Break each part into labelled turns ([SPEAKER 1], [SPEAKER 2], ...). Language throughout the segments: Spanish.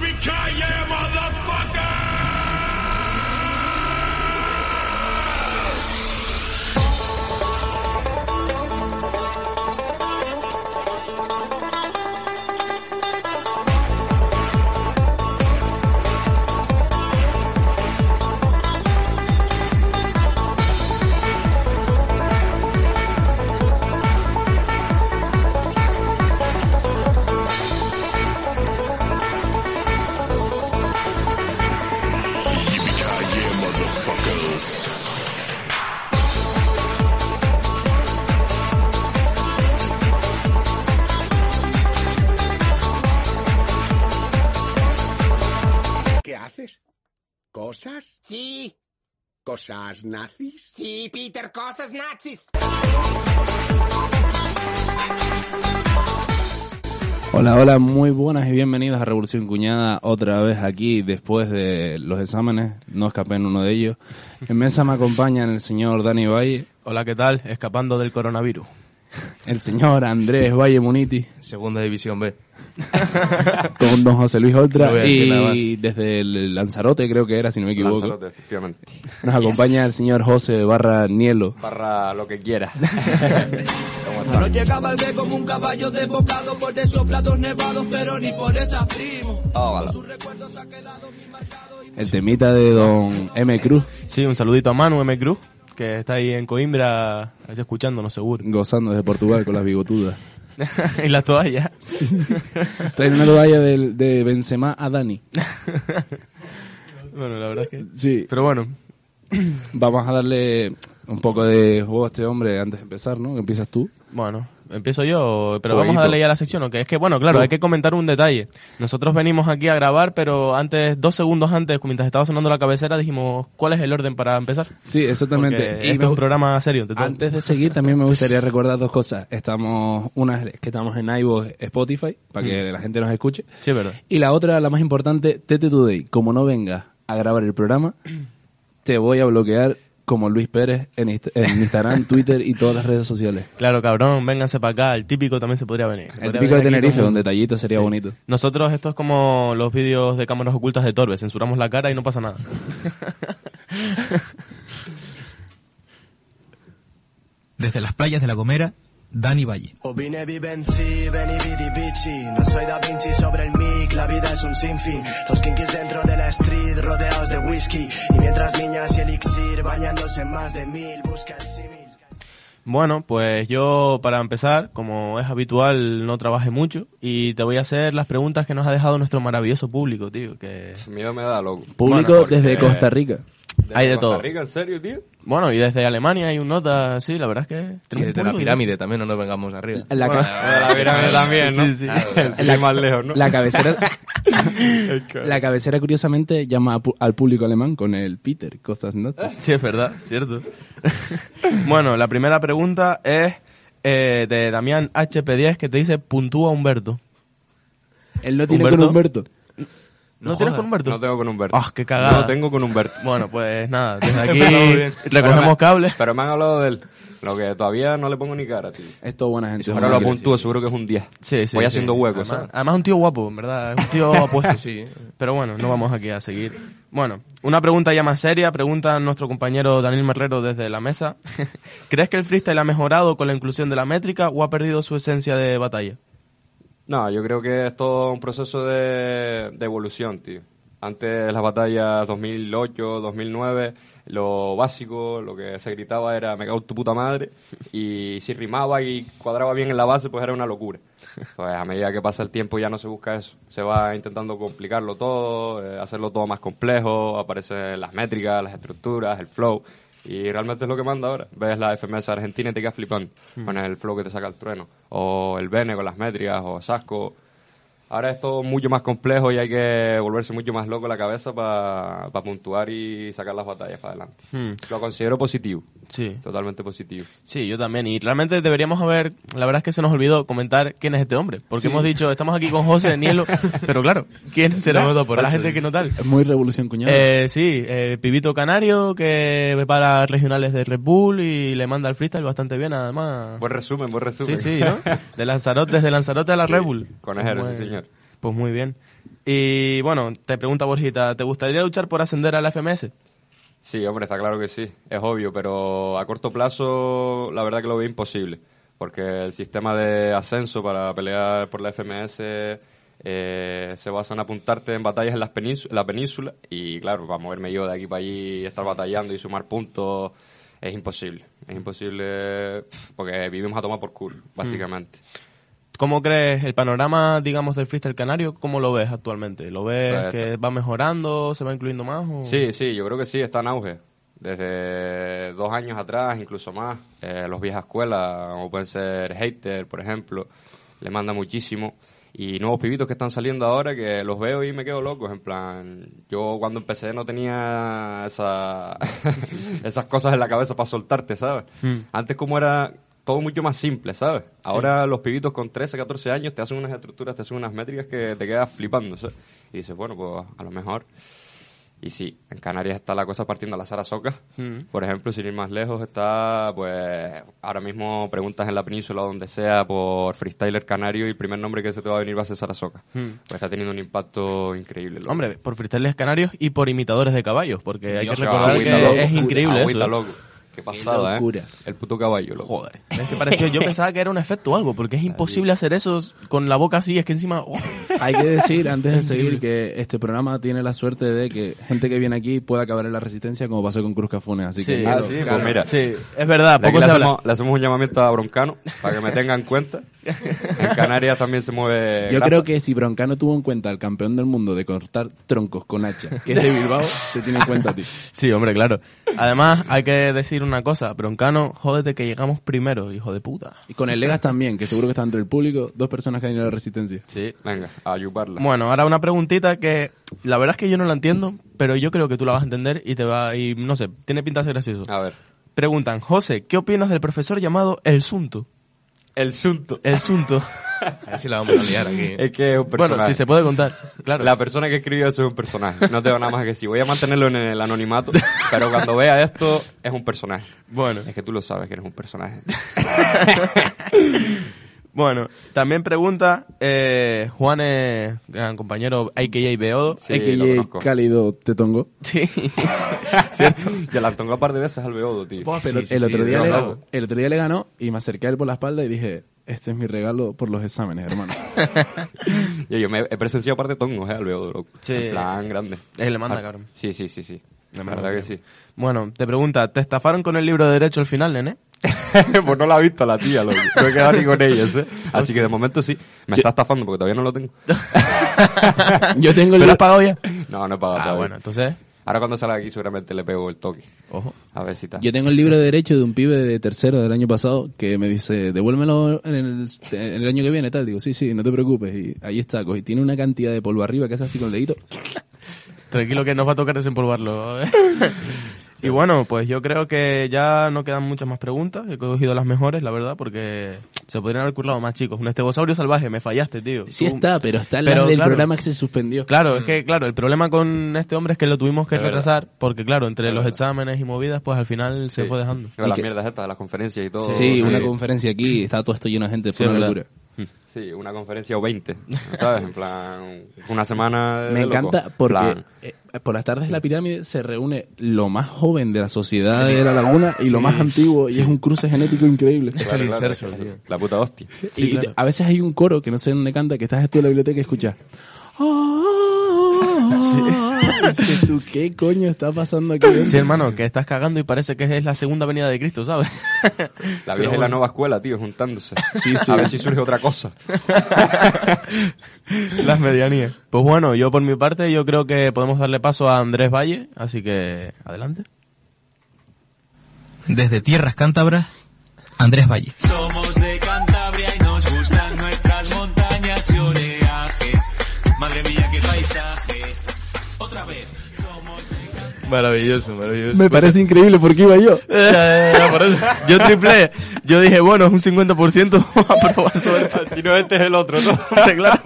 [SPEAKER 1] ¡Yippee-ki-yay, motherfucker! Yippee-ki-yay, motherfuckers!
[SPEAKER 2] ¿Qué haces? ¿Cosas?
[SPEAKER 3] Sí,
[SPEAKER 2] ¿Cosas nazis?
[SPEAKER 3] sí, Peter, cosas nazis.
[SPEAKER 4] Hola, hola, muy buenas y bienvenidos a Revolución Cuñada, otra vez aquí después de los exámenes, no escapé en uno de ellos. En mesa me acompañan el señor Dani Valle,
[SPEAKER 5] Hola, ¿qué tal? Escapando del coronavirus.
[SPEAKER 4] el señor Andrés Valle Muniti,
[SPEAKER 5] Segunda división B.
[SPEAKER 4] con don José Luis Oltra
[SPEAKER 5] No voy a decir nada más.
[SPEAKER 4] y desde el Lanzarote creo que era, si no me equivoco,
[SPEAKER 6] Lanzarote, efectivamente.
[SPEAKER 4] nos acompaña el señor José Barra Nielo.
[SPEAKER 6] Barra lo que quiera.
[SPEAKER 7] No llegaba el como un caballo desbocado por esos platos nevados, pero ni por esas primo.
[SPEAKER 6] Ah, vale.
[SPEAKER 7] Sus recuerdos ha quedado mi marcado.
[SPEAKER 4] El temita de don M. Cruz,
[SPEAKER 5] Sí, un saludito a Manu M. Cruz, que está ahí en Coimbra, ahí escuchándonos seguro.
[SPEAKER 4] gozando desde Portugal con las bigotudas.
[SPEAKER 5] y las toallas.
[SPEAKER 4] Trae una toalla del- de Benzema a Dani.
[SPEAKER 5] Bueno, la verdad es que...
[SPEAKER 4] Sí,
[SPEAKER 5] Pero bueno,
[SPEAKER 4] Vamos a darle un poco de juego a este hombre antes de empezar, ¿no? Empiezas tú.
[SPEAKER 5] bueno, empiezo yo, pero vamos
[SPEAKER 4] Jueguito.
[SPEAKER 5] a darle ya a la sección, ¿ok? Es que, bueno, claro, hay que comentar un detalle. Nosotros venimos aquí a grabar, pero antes, dos segundos antes, mientras estaba sonando la cabecera, dijimos, ¿cuál es el orden para empezar?
[SPEAKER 4] Sí, exactamente.
[SPEAKER 5] Porque este
[SPEAKER 4] me
[SPEAKER 5] es un
[SPEAKER 4] gu-
[SPEAKER 5] programa serio. ante todo.
[SPEAKER 4] antes de seguir, también me gustaría recordar dos cosas. Estamos, una es que estamos en iVoox, Spotify, para que la gente nos escuche.
[SPEAKER 5] Mm. Sí, es verdad.
[SPEAKER 4] Y la otra, la más importante, TT Today. Como no vengas a grabar el programa, te voy a bloquear como Luis Pérez en, Inst- en Instagram, Twitter y todas las redes sociales.
[SPEAKER 5] Claro, cabrón, vénganse para acá. El típico también se podría venir. Se
[SPEAKER 4] El
[SPEAKER 5] podría
[SPEAKER 4] típico de
[SPEAKER 5] venir aquí
[SPEAKER 4] Tenerife,
[SPEAKER 5] como-
[SPEAKER 4] un detallito sería
[SPEAKER 5] Sí.
[SPEAKER 4] bonito.
[SPEAKER 5] Nosotros, esto es como los vídeos de cámaras ocultas de Torbe. Censuramos la cara y no pasa nada.
[SPEAKER 8] Desde las playas de La Gomera, Dani Valle.
[SPEAKER 7] Opine, vivenci, veni, vidi, bici. No soy Da Vinci sobre el mic, la vida es un sinfín. Los kinkis dentro de la street, rodeados de whisky. Y mientras niñas y elixir, bañándose en más de mil, busca el símil.
[SPEAKER 5] Bueno, pues yo, para empezar, como es habitual, no trabajé mucho. Y te voy a hacer las preguntas que nos ha dejado nuestro maravilloso público, tío. Que...
[SPEAKER 6] Miedo me da, loco.
[SPEAKER 4] Público
[SPEAKER 6] Bueno, porque-
[SPEAKER 5] eh,
[SPEAKER 4] desde Costa Rica.
[SPEAKER 6] desde
[SPEAKER 5] Hay de
[SPEAKER 6] Costa
[SPEAKER 5] todo.
[SPEAKER 6] Rica, en serio, tío?
[SPEAKER 5] Bueno, y desde Alemania hay un nota, sí, la verdad es que...
[SPEAKER 9] Y
[SPEAKER 5] tenemos
[SPEAKER 9] desde
[SPEAKER 5] un
[SPEAKER 9] la
[SPEAKER 5] público
[SPEAKER 9] pirámide también, no nos vengamos arriba.
[SPEAKER 4] La ca-
[SPEAKER 6] La pirámide también, ¿no?
[SPEAKER 5] Sí, sí.
[SPEAKER 6] la, más lejos, ¿no?
[SPEAKER 4] La cabecera. la cabecera, curiosamente, llama a pu- al público alemán con el Peter, cosas no.
[SPEAKER 5] Sí, es verdad, cierto. bueno, la primera pregunta es eh, de Damián HP10 que te dice puntúa a Humberto.
[SPEAKER 4] Él no tiene
[SPEAKER 5] ¿Humberto?
[SPEAKER 4] con Humberto.
[SPEAKER 5] ¿No, tienes con Humberto?
[SPEAKER 6] No tengo con Humberto.
[SPEAKER 5] Ah, qué cagada.
[SPEAKER 6] No tengo con Humberto.
[SPEAKER 5] Bueno, pues nada, desde
[SPEAKER 6] Pero bien.
[SPEAKER 5] aquí
[SPEAKER 6] Pero me-
[SPEAKER 5] recogemos cables.
[SPEAKER 6] Pero me han hablado de él. Lo que todavía no le pongo ni cara, tío.
[SPEAKER 4] Es todo buena gente.
[SPEAKER 6] Ahora lo apuntúo, seguro que es un 10.
[SPEAKER 5] Sí, sí,
[SPEAKER 6] Voy
[SPEAKER 5] sí.
[SPEAKER 6] haciendo huecos,
[SPEAKER 5] Además,
[SPEAKER 6] ¿sabes?
[SPEAKER 5] además un tío guapo, en verdad, es un tío apuesto.
[SPEAKER 9] Sí.
[SPEAKER 5] Pero bueno, no vamos aquí a seguir. Bueno, una pregunta ya más seria, pregunta nuestro compañero Daniel Marrero desde la mesa. ¿Crees que el freestyle ha mejorado con la inclusión de la métrica o ha perdido su esencia de batalla?
[SPEAKER 6] No, yo creo que es todo un proceso de, de evolución, tío. Antes las batallas 2008, 2009, lo básico, lo que se gritaba era me cago en tu puta madre y si rimaba y cuadraba bien en la base, pues era una locura. Pues a medida que pasa el tiempo ya no se busca eso. Se va intentando complicarlo todo, eh, hacerlo todo más complejo, aparecen las métricas, las estructuras, el flow. Y realmente es lo que manda ahora. Ves la FMS argentina y te quedas flipando
[SPEAKER 5] Mm.
[SPEAKER 6] con el flow que te saca el trueno. O el Bene con las métricas, o Sasco. Ahora es todo mucho más complejo y hay que volverse mucho más loco la cabeza para puntuar y sacar las batallas para adelante.
[SPEAKER 5] Hmm.
[SPEAKER 6] Lo considero positivo.
[SPEAKER 5] Sí.
[SPEAKER 6] Totalmente positivo.
[SPEAKER 5] Sí, yo también. Y realmente deberíamos haber, la verdad es que se nos olvidó comentar quién es este hombre. Porque hemos dicho, estamos aquí con José Nielo, pero claro, ¿quién será?
[SPEAKER 9] Lo hemos dado por
[SPEAKER 5] para la
[SPEAKER 9] hecho,
[SPEAKER 5] gente
[SPEAKER 9] sí.
[SPEAKER 5] que no tal.
[SPEAKER 4] Es muy revolución cuñada.
[SPEAKER 5] Eh, sí, eh, Pibito Canario que prepara regionales de Red Bull y le manda el freestyle bastante bien además.
[SPEAKER 6] Buen resumen, buen
[SPEAKER 5] sí,
[SPEAKER 6] resumen.
[SPEAKER 5] sí, ¿no? De Lanzarote, desde Lanzarote a la
[SPEAKER 6] Sí,
[SPEAKER 5] Red Bull.
[SPEAKER 6] conejero, sí,
[SPEAKER 5] Muy-
[SPEAKER 6] señor.
[SPEAKER 5] Pues muy bien. Y bueno, te pregunta Borjita, ¿te gustaría luchar por ascender a la FMS?
[SPEAKER 6] Sí, hombre, está claro que sí, es obvio, pero a corto plazo la verdad que lo veo imposible, porque el sistema de ascenso para pelear por la FMS eh, se basa en apuntarte en batallas en las penínsu- la península y claro, para moverme yo de aquí para allí, estar batallando y sumar puntos, es imposible, es imposible pf, porque vivimos a tomar por culo, básicamente.
[SPEAKER 5] ¿Cómo crees el panorama, digamos, del freestyle canario? ¿Cómo lo ves actualmente? ¿Lo ves
[SPEAKER 6] Pues,
[SPEAKER 5] que va mejorando, se va incluyendo más? o-
[SPEAKER 6] Sí, sí, yo creo que sí, está en auge. Desde dos años atrás, incluso más, eh, los viejas escuelas, como pueden ser Hater, por ejemplo, le manda muchísimo. Y nuevos pibitos que están saliendo ahora que los veo y me quedo loco. En plan, yo cuando empecé no tenía esa- esas cosas en la cabeza para soltarte, ¿sabes? Antes como era todo mucho más simple, ¿sabes? Ahora los pibitos con 13, 14 años te hacen unas estructuras, te hacen unas métricas que te quedas flipando, ¿sabes? Y dices, bueno, pues a lo mejor y sí, en Canarias está la cosa partiendo a la Sara Soca.
[SPEAKER 5] Mm.
[SPEAKER 6] Por ejemplo, sin ir más lejos, está, pues, ahora mismo preguntas en la península, donde sea, por freestyler canario y el primer nombre que se te va a venir va a ser Sara Soca. Pues está teniendo un impacto increíble. loco.
[SPEAKER 5] Mm. Hombre, por freestylers canarios y por imitadores de caballos, porque hay que
[SPEAKER 6] Dios,
[SPEAKER 5] recordar
[SPEAKER 6] agüita,
[SPEAKER 5] que
[SPEAKER 6] loco.
[SPEAKER 5] es increíble
[SPEAKER 6] Agüita,
[SPEAKER 5] eso.
[SPEAKER 6] loco. Qué pasada,
[SPEAKER 2] locura.
[SPEAKER 6] ¿eh? El puto caballo, loco.
[SPEAKER 5] Joder, es que pareció, yo pensaba que era un efecto o algo, porque es imposible hacer eso con la boca así, es que encima... oh.
[SPEAKER 4] Hay que decir, antes de seguir, que este programa tiene la suerte de que gente que viene aquí pueda acabar en la resistencia como pasó con Cruz Cafunes. Así que
[SPEAKER 5] Sí.
[SPEAKER 6] Ah,
[SPEAKER 4] miedo.
[SPEAKER 6] sí, pues mira.
[SPEAKER 5] Sí, es verdad,
[SPEAKER 6] De aquí
[SPEAKER 5] poco
[SPEAKER 6] le,
[SPEAKER 5] se habla.
[SPEAKER 6] hacemos, le hacemos un llamamiento a Broncano para que me tengan en cuenta. En Canarias también se mueve.
[SPEAKER 4] Yo
[SPEAKER 6] grasa.
[SPEAKER 4] creo que si Broncano tuvo en cuenta al campeón del mundo de cortar troncos con hacha, que es de Bilbao, se tiene en cuenta a ti.
[SPEAKER 5] Sí, hombre, claro. Además, hay que decir una cosa, Broncano, jódete que llegamos primero, hijo de puta.
[SPEAKER 4] Y con el Legas también, que seguro que está entre el público, dos personas que han ido a la resistencia.
[SPEAKER 5] Sí.
[SPEAKER 6] Venga, a ayudarla.
[SPEAKER 5] Bueno, ahora una preguntita que la verdad es que yo no la entiendo, pero yo creo que tú la vas a entender y te va y no sé, tiene pinta de ser gracioso.
[SPEAKER 6] A ver.
[SPEAKER 5] Preguntan, José, ¿qué opinas del profesor llamado El Sunto?
[SPEAKER 6] El Sunto.
[SPEAKER 5] El Sunto.
[SPEAKER 9] A ver si la vamos a liar aquí.
[SPEAKER 6] Es que es un personaje.
[SPEAKER 5] Bueno, si se puede contar, claro.
[SPEAKER 6] La persona que escribió eso es un personaje. No tengo nada más que decir. Voy a mantenerlo en el anonimato, pero cuando vea esto, es un personaje.
[SPEAKER 5] Bueno,
[SPEAKER 6] Es que tú lo sabes que eres un personaje.
[SPEAKER 5] bueno, también pregunta eh, Juan, eh, gran compañero AKA Beodo.
[SPEAKER 6] Sí,
[SPEAKER 4] es que
[SPEAKER 6] lo conozco.
[SPEAKER 4] cálido te tongo.
[SPEAKER 5] Sí.
[SPEAKER 6] Ya la tongo un par de veces al beodo, tío.
[SPEAKER 4] Pero
[SPEAKER 9] Sí, sí,
[SPEAKER 4] el,
[SPEAKER 9] sí,
[SPEAKER 4] otro día
[SPEAKER 9] no,
[SPEAKER 4] le,
[SPEAKER 9] no.
[SPEAKER 4] el otro día le ganó y me acerqué a él por la espalda y dije, este es mi regalo por los exámenes, hermano.
[SPEAKER 6] Y yo me he presenciado par de tongos, eh, al beodo, loco.
[SPEAKER 5] Sí.
[SPEAKER 6] En plan grande.
[SPEAKER 5] Él le manda,
[SPEAKER 6] Ah,
[SPEAKER 5] cabrón.
[SPEAKER 6] Sí, sí, sí, sí. La
[SPEAKER 5] manda
[SPEAKER 6] verdad que sí.
[SPEAKER 5] Bueno, te pregunta, ¿te estafaron con el libro de Derecho al final, nene?
[SPEAKER 6] pues no la ha visto la tía, loco. No he quedado ni con ellos, eh. Así que de momento sí. Me está estafando porque todavía no lo tengo.
[SPEAKER 4] Yo tengo el...
[SPEAKER 5] ¿Te lo has pagado ya?
[SPEAKER 6] No, no he pagado
[SPEAKER 5] Ah,
[SPEAKER 6] todavía.
[SPEAKER 5] bueno, entonces,
[SPEAKER 6] Ahora cuando salga aquí seguramente le pego el toque.
[SPEAKER 5] ojo.
[SPEAKER 6] A ver si está.
[SPEAKER 4] Yo tengo el libro de derecho de un pibe de tercero del año pasado que me dice, devuélmelo en el, en el año que viene, tal. Digo, sí, sí, no te preocupes. Y ahí está, coge- tiene una cantidad de polvo arriba que hace así con el dedito.
[SPEAKER 5] Tranquilo que nos va a tocar desempolvarlo. y bueno, pues yo creo que ya no quedan muchas más preguntas. He cogido las mejores, la verdad, porque se podrían haber curlado más chicos. Un estebosaurio salvaje, me fallaste, tío.
[SPEAKER 4] Sí
[SPEAKER 5] Tú-
[SPEAKER 4] está, pero está el
[SPEAKER 5] Pero,
[SPEAKER 4] del
[SPEAKER 5] claro.
[SPEAKER 4] programa que se suspendió.
[SPEAKER 5] Claro, es que, claro, el problema con este hombre es que lo tuvimos que
[SPEAKER 6] Es verdad.
[SPEAKER 5] retrasar, porque, claro, entre
[SPEAKER 6] Es
[SPEAKER 5] los
[SPEAKER 6] verdad.
[SPEAKER 5] exámenes y movidas, pues al final se
[SPEAKER 6] Sí.
[SPEAKER 5] fue dejando.
[SPEAKER 6] Con las
[SPEAKER 4] que-
[SPEAKER 6] mierdas estas, las conferencias y todo.
[SPEAKER 4] Sí, una conferencia aquí, está todo esto lleno de gente, fue
[SPEAKER 5] es
[SPEAKER 4] una
[SPEAKER 5] verdad.
[SPEAKER 4] locura.
[SPEAKER 6] Sí, una conferencia o 20, ¿sabes? En plan, una semana de
[SPEAKER 4] Me
[SPEAKER 6] loco.
[SPEAKER 4] encanta porque
[SPEAKER 6] Plan.
[SPEAKER 4] eh, por las tardes de la pirámide se reúne lo más joven de la sociedad de la laguna y lo más antiguo y es un cruce genético increíble.
[SPEAKER 9] Es el inserso, tío.
[SPEAKER 6] La puta hostia.
[SPEAKER 4] y te- a veces hay un coro que no sé dónde canta, que estás tú en la biblioteca y escuchas. "Ah", dices tú, ¿Qué coño está pasando aquí?
[SPEAKER 5] Sí, hermano, que estás cagando y parece que es la segunda venida de Cristo, ¿sabes?
[SPEAKER 6] La vieja y la nueva escuela, tío, juntándose.
[SPEAKER 4] Sí, sí.
[SPEAKER 6] A ver si surge otra cosa.
[SPEAKER 5] Las medianías. Pues bueno, yo por mi parte, yo creo que podemos darle paso a Andrés Valle, así que adelante.
[SPEAKER 8] Desde tierras cántabras, Andrés Valle.
[SPEAKER 10] Somos de Cantabria y nos gustan nuestras montañas y oleajes. Madre mía, qué paisaje. Otra vez. Somos
[SPEAKER 9] Maravilloso, maravilloso.
[SPEAKER 4] Me parece increíble porque iba yo.
[SPEAKER 5] Yo triple, yo dije, bueno, es un 50%, vamos a probar suerte.
[SPEAKER 6] si no, este es el otro, ¿no?
[SPEAKER 5] Hombre, claro.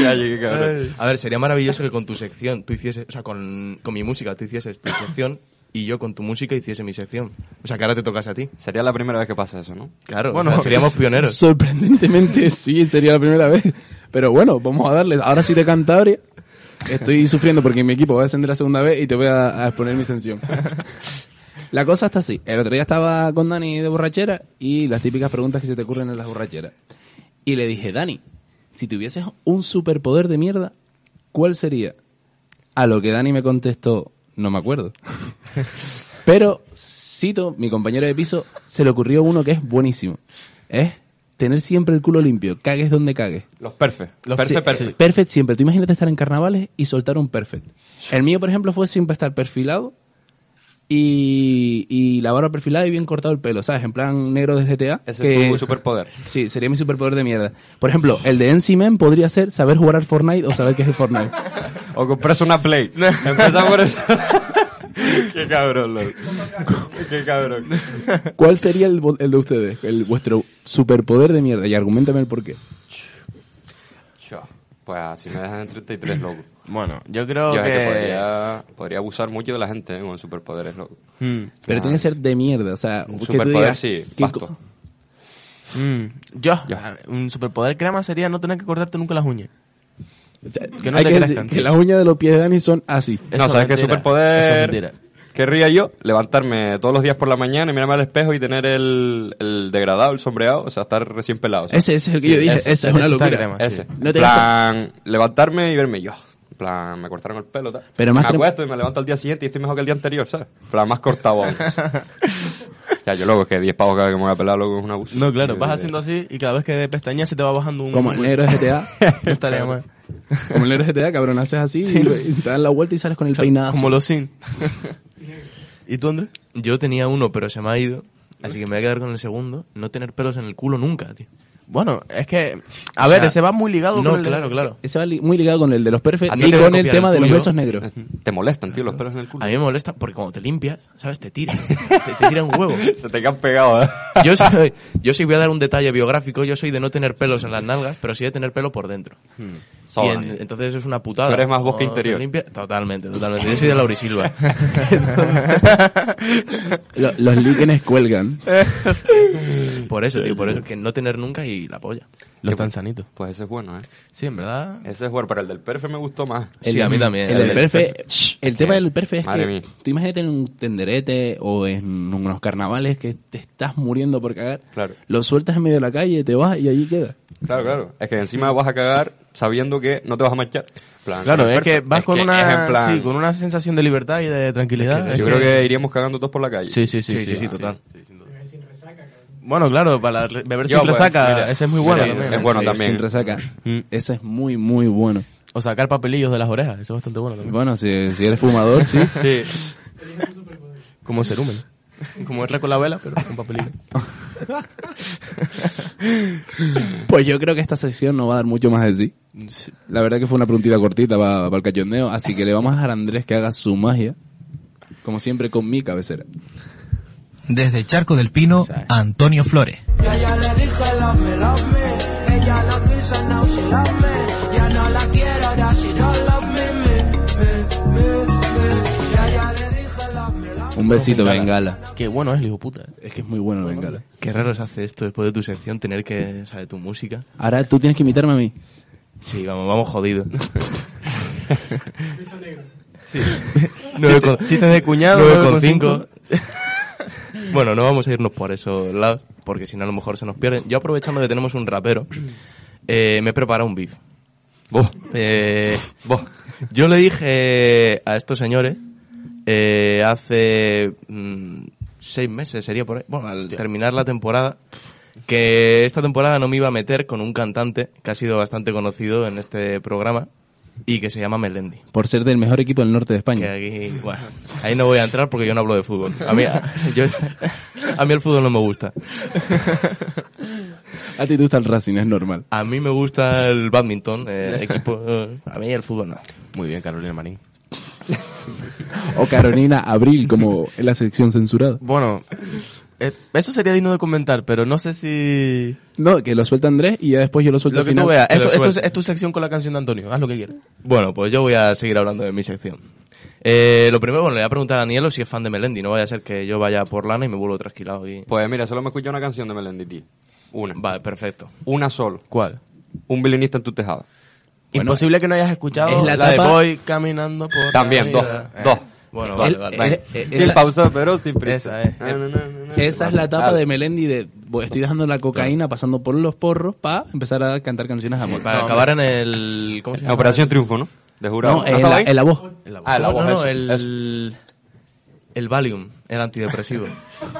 [SPEAKER 6] ya llegué, cabrón.
[SPEAKER 9] A ver, sería maravilloso que con tu sección tú hicieses, o sea, con, con mi música tú hicieses tu sección y yo con tu música hiciese mi sección. O sea, que ahora te tocas a ti.
[SPEAKER 6] Sería la primera vez que pasa eso, ¿no?
[SPEAKER 9] Claro,
[SPEAKER 5] Bueno,
[SPEAKER 9] o sea, seríamos pioneros.
[SPEAKER 4] Sorprendentemente sí, sería la primera vez. Pero bueno, vamos a darle. Ahora sí de Cantabria. Estoy sufriendo porque mi equipo va a descender la segunda vez y te voy a, a exponer mi sención. La cosa está así. El otro día estaba con Dani de borrachera y las típicas preguntas que se te ocurren en las borracheras. Y le dije, Dani, si tuvieses un superpoder de mierda, ¿cuál sería? A lo que Dani me contestó, no me acuerdo. Pero Cito, mi compañero de piso, se le ocurrió uno que es buenísimo. Es tener siempre el culo limpio, cagues donde cagues.
[SPEAKER 6] Los perfes. Los perfes,
[SPEAKER 4] Sí, sí. Perfect siempre. Tú imagínate estar en carnavales y soltar un perfect. El mío, por ejemplo, fue siempre estar perfilado y, y la barba perfilada y bien cortado el pelo, ¿sabes? En plan negro de GTA.
[SPEAKER 6] Ese es tu superpoder.
[SPEAKER 4] Sí, sería mi superpoder de mierda. Por ejemplo, el de NC Men podría ser saber jugar al Fortnite o saber qué es el Fortnite.
[SPEAKER 6] O comprarse una Play. Empezá por eso. Qué cabrón, Lord. Qué cabrón.
[SPEAKER 4] ¿Cuál sería el, vo- el de ustedes? El, vuestro superpoder de mierda. Y argumentame el por qué.
[SPEAKER 6] Yo. Pues así me dejan en 33, loco.
[SPEAKER 5] Bueno, yo creo
[SPEAKER 6] Yo
[SPEAKER 5] que...
[SPEAKER 6] es que podría, podría abusar mucho de la gente eh, con superpoderes, loco.
[SPEAKER 5] Hmm.
[SPEAKER 4] Pero tiene que ser de mierda. O sea,
[SPEAKER 6] Un
[SPEAKER 4] que tú
[SPEAKER 6] superpoder,
[SPEAKER 4] digas,
[SPEAKER 6] sí,
[SPEAKER 4] ¿qué
[SPEAKER 6] basto.
[SPEAKER 4] co-
[SPEAKER 5] Mm, yo,
[SPEAKER 6] Ya.
[SPEAKER 5] un superpoder crema sería no tener que cortarte nunca las uñas. Que no
[SPEAKER 4] Hay
[SPEAKER 5] te
[SPEAKER 4] que
[SPEAKER 5] crezcan,
[SPEAKER 4] decir
[SPEAKER 5] tío.
[SPEAKER 4] que las uñas de los pies de Dani son así.
[SPEAKER 5] Eso
[SPEAKER 6] no,
[SPEAKER 5] es
[SPEAKER 6] ¿sabes
[SPEAKER 5] mentira. Eso
[SPEAKER 6] qué
[SPEAKER 5] es
[SPEAKER 6] superpoder?
[SPEAKER 5] mentira.
[SPEAKER 6] Querría yo levantarme todos los días por la mañana y mirarme al espejo y tener el, el degradado, el sombreado, o sea, estar recién pelado. o sea,
[SPEAKER 4] Ese, ese es el que
[SPEAKER 5] Sí,
[SPEAKER 4] yo dije.
[SPEAKER 5] ese-
[SPEAKER 4] esa es
[SPEAKER 5] ese
[SPEAKER 4] una
[SPEAKER 5] está
[SPEAKER 4] locura.
[SPEAKER 5] crema,
[SPEAKER 6] Ese.
[SPEAKER 5] sí.
[SPEAKER 4] No te
[SPEAKER 6] plan, levantarme y verme yo. plan, me cortaron el pelo, tal.
[SPEAKER 4] Pero más
[SPEAKER 6] me
[SPEAKER 4] que-
[SPEAKER 6] acuesto y me levanto al día siguiente y estoy mejor que el día anterior, ¿sabes? plan, más cortado aún. o sea, yo loco, es que 10 pavos cada vez que me voy a pelar, loco, es una abuso.
[SPEAKER 5] No, claro,
[SPEAKER 6] Eh,
[SPEAKER 5] vas haciendo así y cada vez que pestañas se te va bajando un...
[SPEAKER 4] Como el negro de GTA.
[SPEAKER 5] No estaría mal.
[SPEAKER 4] Como el negro de GTA, cabrón. Haces así y, lo- y te dan la vuelta y sales con el
[SPEAKER 6] Ah,
[SPEAKER 4] peinado.
[SPEAKER 5] Como los sin. ¿Y tú, Andrés?
[SPEAKER 9] Yo tenía uno, pero se me ha ido. Así que me voy a quedar con el segundo. No tener pelos en el culo nunca, tío.
[SPEAKER 5] Bueno, es que... A
[SPEAKER 9] O
[SPEAKER 5] ver,
[SPEAKER 9] sea,
[SPEAKER 5] se va muy ligado
[SPEAKER 9] No,
[SPEAKER 5] con el...
[SPEAKER 9] claro, claro.
[SPEAKER 4] Ese va li- muy ligado con el de los perfectos
[SPEAKER 9] A mí
[SPEAKER 4] y
[SPEAKER 9] te voy a
[SPEAKER 4] con el
[SPEAKER 9] copiar
[SPEAKER 4] tema
[SPEAKER 9] el
[SPEAKER 4] de los
[SPEAKER 9] tuyo.
[SPEAKER 4] besos negros.
[SPEAKER 6] Eh, Te molestan, tío, los pelos en el culo.
[SPEAKER 9] A mí me molesta porque cuando te limpias, ¿sabes? Te tira. te, te tira un huevo.
[SPEAKER 6] Se te quedan pegados, ¿eh?
[SPEAKER 9] Yo soy, yo sí voy a dar un detalle biográfico. Yo soy de no tener pelos en las nalgas, pero sí de tener pelo por dentro. Y
[SPEAKER 6] Soba.
[SPEAKER 9] en- entonces eso es una putada.
[SPEAKER 6] Tú eres más bosque
[SPEAKER 9] Cuando te
[SPEAKER 6] interior.
[SPEAKER 9] limpias- totalmente, totalmente. Yo soy de Laurisilva.
[SPEAKER 4] Lo- los líquenes cuelgan.
[SPEAKER 9] por eso, tío, por eso. Que no tener nunca y la polla.
[SPEAKER 5] Los tan sanitos.
[SPEAKER 6] Pues ese es bueno, ¿eh?
[SPEAKER 5] Sí, en verdad...
[SPEAKER 6] Ese es bueno, pero el del perfe me gustó más.
[SPEAKER 9] sí, a mí también.
[SPEAKER 4] El, del perfe- el tema del perfe es
[SPEAKER 6] Madre
[SPEAKER 4] que
[SPEAKER 6] mía.
[SPEAKER 4] tú imagínate en un tenderete o en unos carnavales que te estás muriendo por cagar.
[SPEAKER 6] Claro.
[SPEAKER 4] Lo sueltas en medio de la calle, te vas y allí queda.
[SPEAKER 6] Claro, claro. Es que encima vas a cagar sabiendo que no te vas a manchar. Plan,
[SPEAKER 5] Claro,
[SPEAKER 6] el
[SPEAKER 5] es que
[SPEAKER 6] perfe.
[SPEAKER 5] vas con una...
[SPEAKER 6] es en plan-
[SPEAKER 5] sí, con una sensación de libertad y de tranquilidad. Es
[SPEAKER 6] Yo creo que iríamos cagando todos por la calle.
[SPEAKER 5] Sí, sí, sí,
[SPEAKER 9] Sí, sí, sí, total.
[SPEAKER 5] Bueno, claro, para re- beber
[SPEAKER 6] Yo,
[SPEAKER 5] sin
[SPEAKER 6] pues,
[SPEAKER 5] resaca,
[SPEAKER 6] mira,
[SPEAKER 5] ese es muy bueno.
[SPEAKER 6] mira,
[SPEAKER 5] también. ¿eh?
[SPEAKER 6] es bueno
[SPEAKER 4] Sí,
[SPEAKER 6] también. ¿eh?
[SPEAKER 4] Sin resaca.
[SPEAKER 5] Mm.
[SPEAKER 4] Ese es muy, muy bueno.
[SPEAKER 5] O sacar papelillos de las orejas, eso es bastante bueno también.
[SPEAKER 4] Bueno, si, si eres fumador, sí.
[SPEAKER 6] Sí.
[SPEAKER 5] Como cerumen. Como erra con la vela, pero con papelillo.
[SPEAKER 4] Pues yo creo que esta sección no va a dar mucho más de sí. La verdad que fue una preguntita cortita para el cachondeo, así que le vamos a dejar a Andrés que haga su magia, como siempre con mi cabecera.
[SPEAKER 8] Desde Charco del Pino, Antonio Flores.
[SPEAKER 7] Ya ya le dije lame, lame, ella no quiso no she love me, ya no la quiero, ahora she don't love me, me, me, me, me. Ya ya le dije lame, lame.
[SPEAKER 4] Un besito, Bengala.
[SPEAKER 5] Qué bueno es el hijo puta. eh.
[SPEAKER 4] Es que es muy bueno Bengala.
[SPEAKER 9] Qué raro se hace esto después de tu sección, tener que, o sea, de tu música.
[SPEAKER 4] Ahora tú tienes que imitarme a mí.
[SPEAKER 9] Sí, vamos, vamos jodidos. Nueve con-
[SPEAKER 5] Chistes de cuñado.
[SPEAKER 9] nueve
[SPEAKER 5] nueve
[SPEAKER 9] con
[SPEAKER 5] con
[SPEAKER 9] cinco. bueno, no vamos a irnos por esos lados, porque si no a lo mejor se nos pierden. Yo aprovechando que tenemos un rapero, eh, me he preparado un beef. Eh, boh. Yo le dije a estos señores eh, hace mm, seis meses, sería por ahí, bueno, al terminar la temporada, que esta temporada no me iba a meter con un cantante que ha sido bastante conocido en este programa y que se llama Melendi
[SPEAKER 4] Por ser del mejor equipo del norte de
[SPEAKER 9] que
[SPEAKER 4] España.
[SPEAKER 5] Mm.
[SPEAKER 9] aquí, bueno, ahí no voy a entrar porque yo no hablo de fútbol. A mí, a, yo- a mí el fútbol no me gusta.
[SPEAKER 4] A ti te gusta el Racing, es normal.
[SPEAKER 9] A mí me gusta el badminton, eh, equipo, eh, a mí el fútbol no.
[SPEAKER 5] Muy bien, Carolina Marín.
[SPEAKER 4] O Carolina Abril, como en la sección censurada.
[SPEAKER 5] Bueno, eh, eso sería digno de comentar, pero no sé si...
[SPEAKER 4] No, que lo suelta Andrés y ya después yo lo suelto
[SPEAKER 5] Lo
[SPEAKER 4] al
[SPEAKER 5] que
[SPEAKER 4] final.
[SPEAKER 5] tú veas.
[SPEAKER 9] te lo
[SPEAKER 5] Esto, esto es,
[SPEAKER 9] suelto.
[SPEAKER 5] es tu sección con la canción de Antonio, haz lo que quieras.
[SPEAKER 9] Bueno, pues yo voy a seguir hablando de mi sección.
[SPEAKER 5] Eh, lo primero, bueno, le voy a preguntar a Danielo si es fan de Melendi. No vaya a ser que yo vaya por lana y me vuelvo trasquilado. Y...
[SPEAKER 6] Pues mira, solo me escucha una canción de Melendi, tío. Una.
[SPEAKER 5] Vale, perfecto.
[SPEAKER 6] Una solo.
[SPEAKER 5] ¿Cuál?
[SPEAKER 6] Un violinista en tu tejado.
[SPEAKER 7] Imposible que no hayas escuchado
[SPEAKER 5] es la
[SPEAKER 7] la, de
[SPEAKER 5] etapa-
[SPEAKER 7] Voy caminando por
[SPEAKER 6] También,
[SPEAKER 7] la
[SPEAKER 6] dos.
[SPEAKER 7] vida. Eh,
[SPEAKER 6] Dos.
[SPEAKER 5] Bueno,
[SPEAKER 6] Dos.
[SPEAKER 5] vale,
[SPEAKER 4] El-
[SPEAKER 5] vale.
[SPEAKER 4] el-
[SPEAKER 5] vale.
[SPEAKER 4] eh,
[SPEAKER 6] Sin
[SPEAKER 4] esa-
[SPEAKER 6] pausa, pero sin prisa.
[SPEAKER 7] Esa es.
[SPEAKER 6] Na, na, na, na, na.
[SPEAKER 4] Esa es la etapa
[SPEAKER 6] Claro.
[SPEAKER 4] de Melendi de bo- estoy dejando la cocaína pasando por los porros para empezar a cantar canciones de amor.
[SPEAKER 5] Para acabar en el... ¿Cómo se
[SPEAKER 6] En
[SPEAKER 5] llama?
[SPEAKER 6] Operación Triunfo, ¿no? De jurado.
[SPEAKER 4] No, en
[SPEAKER 6] estaba
[SPEAKER 4] la,
[SPEAKER 6] ahí?
[SPEAKER 4] en la voz.
[SPEAKER 6] Ah, el
[SPEAKER 5] no,
[SPEAKER 6] agua,
[SPEAKER 5] no, no,
[SPEAKER 6] eso,
[SPEAKER 5] el... El Valium, el antidepresivo.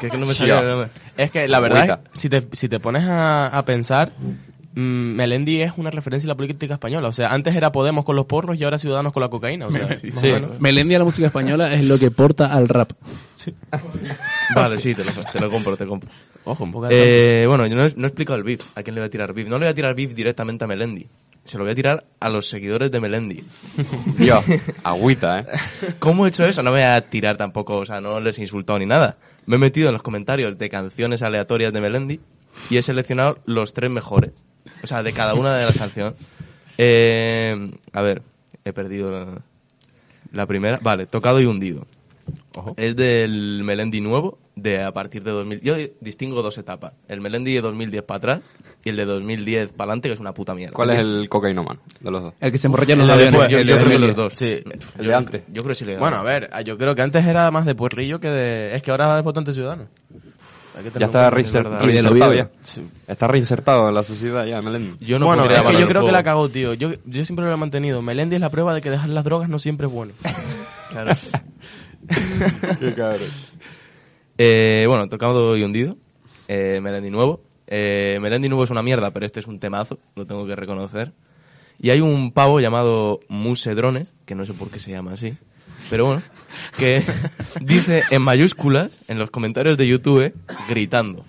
[SPEAKER 5] que es que no me sale
[SPEAKER 6] Sí,
[SPEAKER 5] el nombre.
[SPEAKER 7] Eh, Es que la verdad,
[SPEAKER 6] Agüita.
[SPEAKER 7] es, si, te, si te pones a, a pensar, mm, Melendi es una referencia a la política española. O sea, antes era Podemos con los porros y ahora Ciudadanos con la cocaína. O sea, más o
[SPEAKER 6] Sí.
[SPEAKER 7] menos.
[SPEAKER 4] Melendi a la música española es lo que porta al rap.
[SPEAKER 5] Vale, sí, te lo, te lo compro, te compro.
[SPEAKER 7] Ojo, un poco de...
[SPEAKER 5] Eh, bueno, yo no he, no he explicado el beef. ¿A quién le voy a tirar beef? No le voy a tirar beef directamente a Melendi. Se lo voy a tirar a los seguidores de Melendi.
[SPEAKER 6] Dios, agüita, ¿eh?
[SPEAKER 5] ¿Cómo he hecho eso? No me voy a tirar tampoco, o sea, no les he insultado ni nada. Me he metido en los comentarios de canciones aleatorias de Melendi y he seleccionado los tres mejores. O sea, de cada una de las canciones. Eh, a ver, he perdido la, la primera. Vale, tocado y hundido. Es del Melendi nuevo, de a partir de 2000. Yo di- distingo dos etapas. El Melendi de 2010 para atrás y el de 2010 para adelante, que es una puta mierda.
[SPEAKER 6] ¿Cuál es el cocainómano de los dos?
[SPEAKER 4] El que se emborracha en
[SPEAKER 5] El
[SPEAKER 4] los
[SPEAKER 5] de
[SPEAKER 4] aviones.
[SPEAKER 5] después,
[SPEAKER 4] El
[SPEAKER 5] yo
[SPEAKER 4] de
[SPEAKER 5] creo que
[SPEAKER 4] Melendi.
[SPEAKER 5] los dos.
[SPEAKER 7] Sí.
[SPEAKER 6] El
[SPEAKER 5] Yo-
[SPEAKER 6] de antes.
[SPEAKER 5] Yo creo que sí le he
[SPEAKER 7] Bueno, a
[SPEAKER 5] ganado.
[SPEAKER 7] ver, ah, yo creo que antes era más de puerrillo que de... Es que ahora es votante ciudadano. Hay que tener
[SPEAKER 6] Ya
[SPEAKER 7] un-
[SPEAKER 6] está
[SPEAKER 7] es
[SPEAKER 6] reinser-
[SPEAKER 7] verdad.
[SPEAKER 4] Y de lo
[SPEAKER 6] reinsertado.
[SPEAKER 4] vivo.
[SPEAKER 6] ya. Está reinsertado en la sociedad ya, Melendi.
[SPEAKER 5] Yo no
[SPEAKER 7] bueno,
[SPEAKER 5] pondría
[SPEAKER 7] es que
[SPEAKER 5] mano en
[SPEAKER 7] yo
[SPEAKER 5] el
[SPEAKER 7] creo que
[SPEAKER 5] fuego.
[SPEAKER 7] la cagó, tío. Yo, yo siempre lo he mantenido. Melendi es la prueba de que dejar las drogas no siempre es bueno.
[SPEAKER 5] Claro.
[SPEAKER 6] Qué cabrón.
[SPEAKER 5] Eh, bueno, tocado y hundido. Eh, Melendi Nuevo. Eh, Melendi Nuevo es una mierda, pero este es un temazo, lo tengo que reconocer. Y hay un pavo llamado Muse Drones, que no sé por qué se llama así, pero bueno, que dice en mayúsculas, en los comentarios de YouTube, gritando.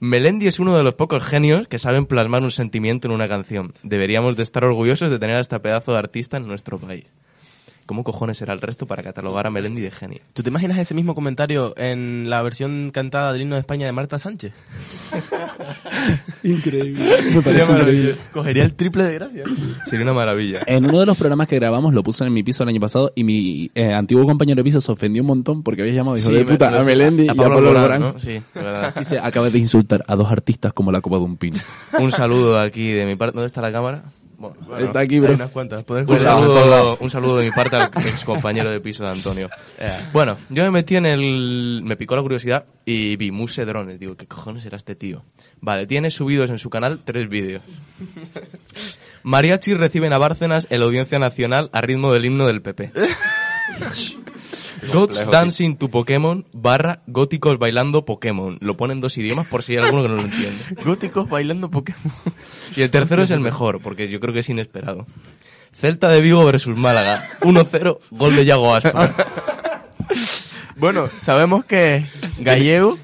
[SPEAKER 5] Melendi es uno de los pocos genios que saben plasmar un sentimiento en una canción. Deberíamos de estar orgullosos de tener a este pedazo de artista en nuestro país. ¿Cómo cojones será el resto para catalogar a Melendi de genio?
[SPEAKER 7] ¿Tú te imaginas ese mismo comentario en la versión cantada del himno de España de Marta Sánchez?
[SPEAKER 4] Increíble. Me
[SPEAKER 5] Sería
[SPEAKER 4] parece increíble.
[SPEAKER 5] maravilloso.
[SPEAKER 7] Cogería el triple de gracia.
[SPEAKER 5] Sería una maravilla.
[SPEAKER 4] En uno de los programas que grabamos lo puse en mi piso el año pasado y mi eh, antiguo compañero de piso se ofendió un montón porque había llamado hijo
[SPEAKER 5] Sí,
[SPEAKER 4] de
[SPEAKER 5] me-
[SPEAKER 4] puta
[SPEAKER 5] me-
[SPEAKER 4] a Melendi y a
[SPEAKER 5] Pablo
[SPEAKER 4] Pablo
[SPEAKER 5] Alborán,
[SPEAKER 4] Alborán.
[SPEAKER 5] ¿no? Sí, de verdad.
[SPEAKER 4] Dice, acabas de insultar a dos artistas como la copa de un pino.
[SPEAKER 5] Un saludo aquí de mi parte. ¿Dónde está la cámara? Bueno,
[SPEAKER 4] Está aquí, bro.
[SPEAKER 7] unas cuantas. ¿Puedes
[SPEAKER 5] un,
[SPEAKER 7] jugar?
[SPEAKER 5] saludo, un saludo de mi parte al ex compañero de piso de Antonio.
[SPEAKER 7] Eh.
[SPEAKER 5] Bueno, yo me metí en el. Me picó la curiosidad y vi Muse Drones. Digo, ¿qué cojones era este tío? Vale, tiene subidos en su canal tres vídeos. Mariachi reciben a Bárcenas en la audiencia nacional a ritmo del himno del PP. Gods
[SPEAKER 6] tío.
[SPEAKER 5] Dancing to Pokémon barra Góticos bailando Pokémon. Lo ponen en dos idiomas por si hay alguno que no lo entiende.
[SPEAKER 7] Góticos bailando Pokémon.
[SPEAKER 5] Y el tercero es el mejor, porque yo creo que es inesperado. Celta de Vigo versus Málaga. 1-0, gol de Yago Aspas.
[SPEAKER 7] Bueno, sabemos que gallego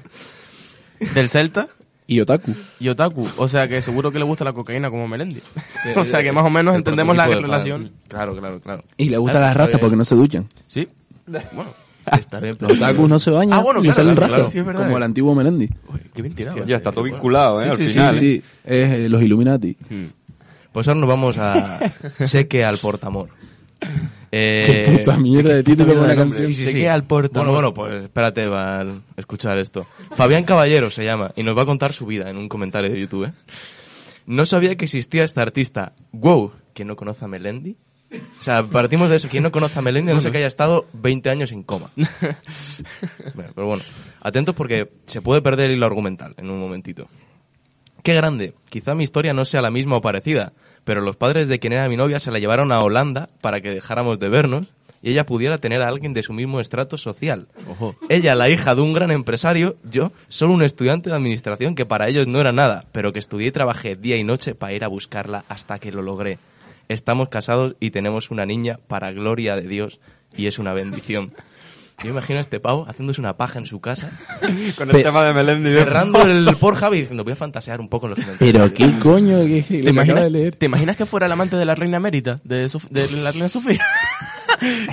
[SPEAKER 7] del Celta
[SPEAKER 4] Y Otaku.
[SPEAKER 7] y otaku. O sea que seguro que le gusta la cocaína como Melendi. O sea que más o menos
[SPEAKER 5] Eh, El
[SPEAKER 7] entendemos la
[SPEAKER 5] prototipo de
[SPEAKER 7] relación.
[SPEAKER 5] padre. Claro, claro, claro.
[SPEAKER 4] Y le gustan
[SPEAKER 5] Claro,
[SPEAKER 4] las
[SPEAKER 5] está
[SPEAKER 4] rastas
[SPEAKER 5] bien.
[SPEAKER 4] porque no se duchan.
[SPEAKER 7] Sí. Bueno,
[SPEAKER 5] Está bien,
[SPEAKER 4] Los otakus no se bañan
[SPEAKER 7] Ah, bueno,
[SPEAKER 4] ni
[SPEAKER 7] claro,
[SPEAKER 4] salen
[SPEAKER 7] claro,
[SPEAKER 4] rastas,
[SPEAKER 7] sí, es verdad.
[SPEAKER 4] como el antiguo Melendi.
[SPEAKER 7] Uy, qué bien tirado.
[SPEAKER 6] Ya
[SPEAKER 7] ese.
[SPEAKER 6] está todo vinculado, ¿eh? Al
[SPEAKER 4] Sí,
[SPEAKER 6] final. Mm.
[SPEAKER 4] sí,
[SPEAKER 6] ¿eh?
[SPEAKER 4] sí. Es eh, los Illuminati.
[SPEAKER 5] Pues ahora nos vamos a Cheque al Portamor. Eh,
[SPEAKER 4] Qué puta mierda de título para una canción.
[SPEAKER 5] Sí, sí, sí.
[SPEAKER 7] Cheque al Portamor.
[SPEAKER 5] Bueno, bueno, pues espérate al escuchar esto. Fabián Caballero se llama y nos va a contar su vida en un comentario de YouTube. ¿eh? No sabía que existía esta artista. Wow, que no conoce a Melendi. O sea, partimos de eso. Quien no conoce a Melendi no sé que haya estado 20 años en coma. Bueno, pero bueno, atentos porque se puede perder el hilo argumental en un momentito. Qué grande. Quizá mi historia no sea la misma o parecida, pero los padres de quien era mi novia se la llevaron a Holanda para que dejáramos de vernos y ella pudiera tener a alguien de su mismo estrato social. Ella, la hija de un gran empresario, yo, solo un estudiante de administración que para ellos no era nada, pero que estudié y trabajé día y noche para ir a buscarla hasta que lo logré. Estamos casados y tenemos una niña para gloria de Dios y es una bendición. Yo imagino a este pavo haciéndose una paja en su casa,
[SPEAKER 6] Con el tema de Melendi. de-
[SPEAKER 5] cerrando el Pornhub y diciendo, voy a fantasear un poco en los comentarios.
[SPEAKER 4] Pero qué coño, que que lo
[SPEAKER 7] ¿Te
[SPEAKER 4] acaba
[SPEAKER 7] imaginas,
[SPEAKER 4] de leer.
[SPEAKER 7] ¿Te imaginas que fuera el amante de la reina Mérita? De, Sof- de la reina Sofía.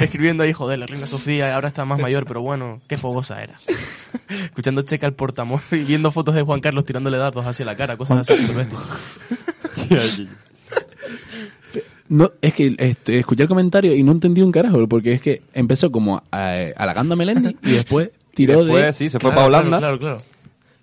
[SPEAKER 7] Escribiendo ahí, joder, la reina Sofía ahora está más mayor, pero bueno, qué fogosa era. Escuchando Checa al portamor y viendo fotos de Juan Carlos tirándole dardos hacia la cara, cosas así súper bestias.
[SPEAKER 4] No, es que este, escuché el comentario y no entendí un carajo, porque es que empezó como a, eh, halagando a Melendi y después tiró de...
[SPEAKER 6] Después, sí, se fue para Holanda.
[SPEAKER 9] Claro, claro. claro.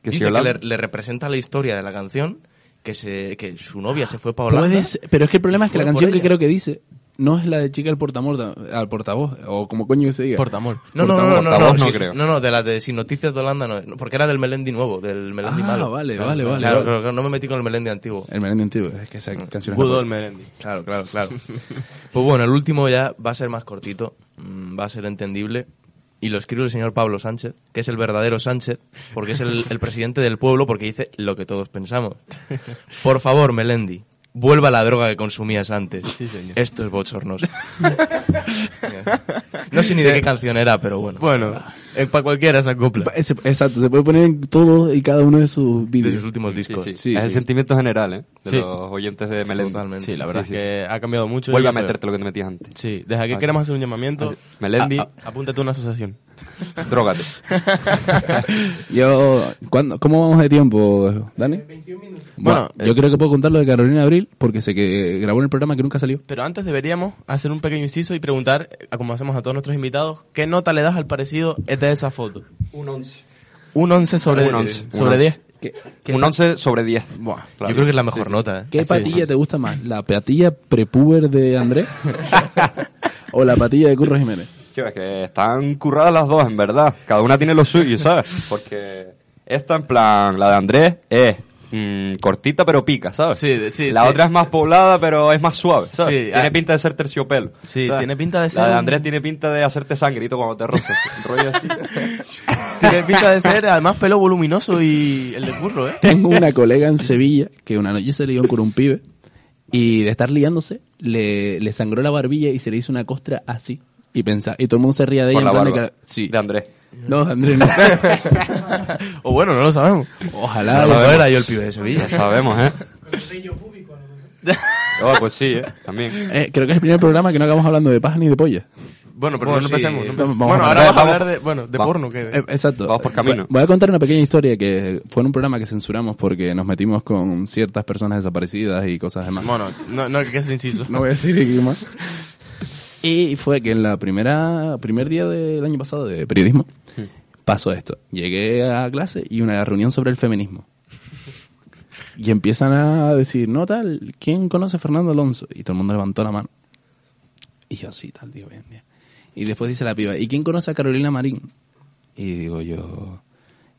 [SPEAKER 6] Que
[SPEAKER 9] Dice
[SPEAKER 6] si
[SPEAKER 9] que
[SPEAKER 6] Holanda-
[SPEAKER 9] le, le representa la historia de la canción, que, se, que su novia se fue para Holanda.
[SPEAKER 4] Puede ser- pero es que el problema es que la
[SPEAKER 9] Fue por
[SPEAKER 4] canción que
[SPEAKER 9] ella.
[SPEAKER 4] creo que dice no es la de Chica al portamor, al portavoz, o como coño se diga.
[SPEAKER 5] Portamor.
[SPEAKER 9] No, no, no, no,
[SPEAKER 6] Portavoz,
[SPEAKER 9] no,
[SPEAKER 6] portavoz,
[SPEAKER 9] no,
[SPEAKER 6] no
[SPEAKER 9] sí,
[SPEAKER 6] creo.
[SPEAKER 9] no, no, de la de Sin Noticias de Holanda no, porque era del Melendi nuevo, del Melendi
[SPEAKER 4] Ah,
[SPEAKER 9] malo.
[SPEAKER 4] vale,
[SPEAKER 9] Claro,
[SPEAKER 4] vale, vale,
[SPEAKER 9] Claro,
[SPEAKER 4] vale.
[SPEAKER 9] claro, claro, no me metí con el Melendi antiguo.
[SPEAKER 4] El Melendi antiguo, es que esa canción es
[SPEAKER 5] Good
[SPEAKER 4] una-
[SPEAKER 5] old Melendi.
[SPEAKER 9] Claro, claro, claro. pues bueno, el último ya va a ser más cortito, mm, va a ser entendible. Y lo escribe el señor Pablo Sánchez, que es el verdadero Sánchez, porque es el, el presidente del pueblo, porque dice lo que todos pensamos. Por favor, Melendi, vuelva a la droga que consumías antes.
[SPEAKER 5] Sí, señor.
[SPEAKER 9] Esto es bochornoso. no sé ni de qué canción era, pero bueno.
[SPEAKER 5] Bueno, para cualquiera esa copla.
[SPEAKER 4] Ese- exacto, se puede poner en todo y cada uno de sus
[SPEAKER 9] De
[SPEAKER 4] vídeos.
[SPEAKER 9] sus últimos discos.
[SPEAKER 6] Sí, sí.
[SPEAKER 4] Sí,
[SPEAKER 6] es el
[SPEAKER 4] sí.
[SPEAKER 6] sentimiento general, ¿eh? De
[SPEAKER 5] Sí.
[SPEAKER 6] los oyentes de Melendi.
[SPEAKER 9] Totalmente.
[SPEAKER 5] Sí, la verdad
[SPEAKER 6] Sí,
[SPEAKER 5] es
[SPEAKER 6] sí.
[SPEAKER 5] que ha cambiado mucho.
[SPEAKER 6] Vuelve a
[SPEAKER 5] Yo creo-
[SPEAKER 6] meterte lo que te metías antes.
[SPEAKER 5] Sí, desde aquí
[SPEAKER 6] Vale.
[SPEAKER 5] queremos hacer un llamamiento.
[SPEAKER 6] Melendi.
[SPEAKER 5] A- a- apúntate a una asociación.
[SPEAKER 6] Drógate.
[SPEAKER 4] Yo, ¿cuándo- ¿Cómo vamos de tiempo, Dani? 21 minutos. Bueno,
[SPEAKER 5] Bueno,
[SPEAKER 4] yo
[SPEAKER 5] eh,
[SPEAKER 4] creo que puedo contar lo de Carolina Abril porque sé que eh, grabó en el programa que nunca salió.
[SPEAKER 5] Pero antes deberíamos hacer un pequeño inciso y preguntar, eh, como hacemos a todos nuestros invitados, ¿qué nota le das al parecido de esa foto?
[SPEAKER 6] Un 11.
[SPEAKER 5] Un 11 sobre
[SPEAKER 6] Un
[SPEAKER 5] 10.
[SPEAKER 6] once, un
[SPEAKER 5] sobre
[SPEAKER 6] once.
[SPEAKER 5] 10.
[SPEAKER 6] Un 11 sobre 10.
[SPEAKER 5] Buah.
[SPEAKER 9] Yo creo que es la mejor nota. ¿eh?
[SPEAKER 4] ¿Qué patilla te gusta más? ¿La patilla prepuber de Andrés? ¿O la patilla de Curro Jiménez?
[SPEAKER 6] Tío, es que están curradas las dos, en verdad. Cada una tiene lo suyo, ¿sabes? Porque esta, en plan, la de Andrés es mm, cortita pero pica, ¿sabes?
[SPEAKER 5] Sí, de- sí,
[SPEAKER 6] La
[SPEAKER 5] sí.
[SPEAKER 6] otra es más poblada pero es más suave, ¿sabes?
[SPEAKER 5] Sí,
[SPEAKER 6] tiene
[SPEAKER 5] ah.
[SPEAKER 6] pinta de ser terciopelo.
[SPEAKER 5] Sí, tiene pinta de ser
[SPEAKER 6] La de
[SPEAKER 5] un-
[SPEAKER 6] Andrés tiene pinta de hacerte sangrito cuando te rozas. un rollo así.
[SPEAKER 5] Tiene pinta de ser además pelo voluminoso y el de curro, ¿eh?
[SPEAKER 4] Tengo una colega en Sevilla que una noche se lió con un pibe y de estar liándose le, le sangró la barbilla y se le hizo una costra así. Y pensa, y todo el mundo se ría de ella
[SPEAKER 6] Por la
[SPEAKER 4] en plan de
[SPEAKER 6] barba.
[SPEAKER 4] cara- Sí.
[SPEAKER 6] De Andrés.
[SPEAKER 4] No, de Andrés no.
[SPEAKER 5] O bueno, no lo sabemos.
[SPEAKER 4] Ojalá.
[SPEAKER 9] A lo
[SPEAKER 4] ojalá.
[SPEAKER 9] mejor era yo el pibe de Sevilla.
[SPEAKER 6] Lo sabemos, ¿eh? Oh, pues sí, ¿eh? También.
[SPEAKER 4] Eh, creo que es el primer programa que no acabamos hablando de paja ni de polla.
[SPEAKER 5] Bueno, pero no
[SPEAKER 9] Bueno, sí,
[SPEAKER 5] empecemos.
[SPEAKER 9] eh,
[SPEAKER 5] no empecemos.
[SPEAKER 4] vamos a
[SPEAKER 5] bueno, ahora vamos
[SPEAKER 6] hablar-
[SPEAKER 5] a
[SPEAKER 6] vamos-
[SPEAKER 5] hablar de, bueno, de
[SPEAKER 6] va-
[SPEAKER 5] porno, ¿qué?
[SPEAKER 4] Eh, Exacto.
[SPEAKER 6] Vamos por camino.
[SPEAKER 4] Voy a contar una pequeña historia que fue en un programa que censuramos porque nos metimos con ciertas personas desaparecidas y cosas demás.
[SPEAKER 5] Bueno, no, no, que es el inciso.
[SPEAKER 4] No voy a decir aquí más. Y fue que en la primera primer día del año pasado de periodismo pasó esto. Llegué a clase y una reunión sobre el feminismo. Y empiezan a decir, no tal, ¿quién conoce a Fernando Alonso? Y todo el mundo levantó la mano. Y yo, sí, tal, digo, bien, bien. Y después dice la piba, ¿y quién conoce a Carolina Marín? Y digo yo...